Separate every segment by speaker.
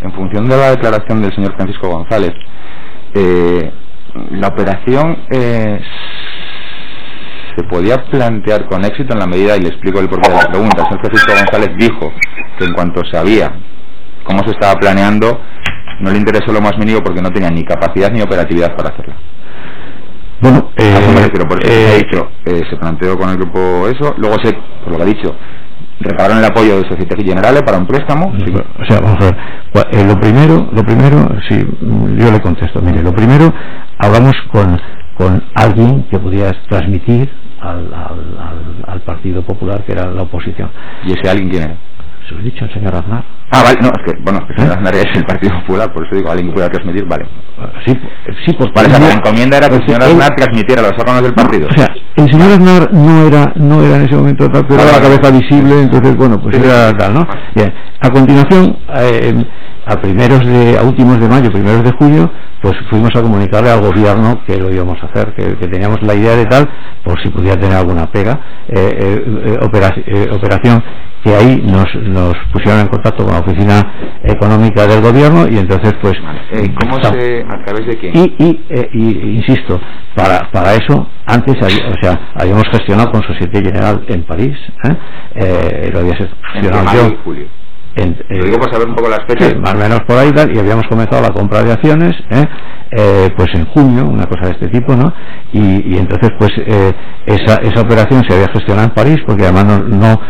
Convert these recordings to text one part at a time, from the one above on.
Speaker 1: en función de la declaración del señor Francisco González, eh, la operación eh, se podía plantear con éxito en la medida, y le explico el porqué de la pregunta, el señor Francisco González dijo que en cuanto sabía cómo se estaba planeando, no le interesó lo más mínimo porque no tenía ni capacidad ni operatividad para hacerla.
Speaker 2: Bueno,
Speaker 1: A eso me refiero, por eso se ha
Speaker 2: eh,
Speaker 1: dicho, eh, se planteó con el grupo eso, luego se, por lo que ha dicho, repararon el apoyo de Societe Generale para un préstamo, sí,
Speaker 2: O sea, vamos a ver. Gua- eh, lo primero, lo primero, sí, mm, yo le contesto. Mire, lo primero, hablamos con, con alguien que pudiera transmitir al, al- al- al Partido Popular, que era la oposición.
Speaker 1: y ese alguien quién era.
Speaker 2: Se lo he dicho al señor Aznar.
Speaker 1: Ah, vale, no, es que, bueno, es que
Speaker 2: ¿Eh?
Speaker 1: Aznar es el Partido Popular, por eso digo, alguien pueda transmitir, vale.
Speaker 2: Ah, Sí, sí, pues
Speaker 1: Vale, o sea, que la
Speaker 2: tenía-
Speaker 1: encomienda era que el señor
Speaker 2: él-
Speaker 1: Aznar transmitiera a los órganos del partido.
Speaker 2: O sea, el señor Aznar no era, no era en ese momento tal, pero era la cabeza visible, entonces, bueno, pues
Speaker 1: Sí, sí,
Speaker 2: era
Speaker 1: sí.
Speaker 2: tal, ¿no? Bien, a continuación, eh, a primeros de, a últimos de mayo, primeros de junio, pues fuimos a comunicarle al gobierno que lo íbamos a hacer, que, que teníamos la idea de tal, por si pudiera tener alguna pega, eh, eh, eh, opera- eh, operación que ahí nos, nos pusieron en contacto con la oficina económica del gobierno y entonces pues
Speaker 1: Eh, ¿Cómo se, a través de quién?
Speaker 2: y, y, eh, y- insisto, para, para eso antes había- o sea, habíamos gestionado con Societe General en París, ¿eh? Eh, lo había
Speaker 1: Entre
Speaker 2: gestionado
Speaker 1: mayo
Speaker 2: yo.
Speaker 1: y julio.
Speaker 2: en-
Speaker 1: pues. Lo
Speaker 2: eh,
Speaker 1: digo para saber un poco las fechas.
Speaker 2: Sí, más o menos por ahí tal, y habíamos comenzado la compra de acciones, ¿eh? Eh, pues en junio, una cosa de este tipo, ¿no? Y, y entonces, pues eh, esa, esa operación se había gestionado en París, porque además no, no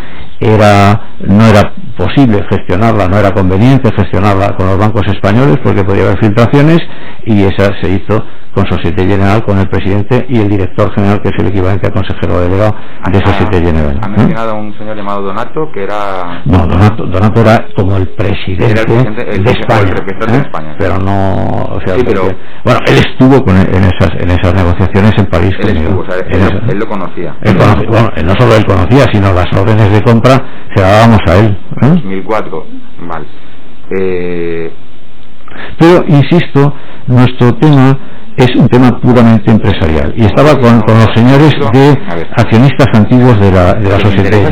Speaker 2: era no era posible gestionarla, no era conveniente gestionarla con los bancos españoles, porque podía haber filtraciones, y esa se hizo con Societe General, con el presidente y el director general, que es el equivalente al consejero delegado de Societe General.
Speaker 1: Ah, Ha
Speaker 2: ¿eh?
Speaker 1: mencionado a un señor llamado Donato, que era...
Speaker 2: No, Donato, Donato era como el presidente,
Speaker 1: Era el presidente- el
Speaker 2: de
Speaker 1: presidente-
Speaker 2: España.
Speaker 1: el representante de
Speaker 2: ¿eh?
Speaker 1: España.
Speaker 2: Pero no. O sea,
Speaker 1: Sí, pero-
Speaker 2: porque- bueno, él estuvo con, en, esas, en esas negociaciones en París.
Speaker 1: Él
Speaker 2: conmigo.
Speaker 1: estuvo, o sea,
Speaker 2: En
Speaker 1: él,
Speaker 2: esa-
Speaker 1: lo- él lo conocía.
Speaker 2: él conoce- bueno, él no solo él conocía, sino las órdenes de compra se las dábamos a él. ¿eh?
Speaker 1: 2004, vale. Eh,
Speaker 2: Pero, insisto, nuestro tema es un tema puramente empresarial. Y estaba con, con los señores de accionistas antiguos de la, de
Speaker 1: lo que me
Speaker 2: la sociedad.
Speaker 1: interesa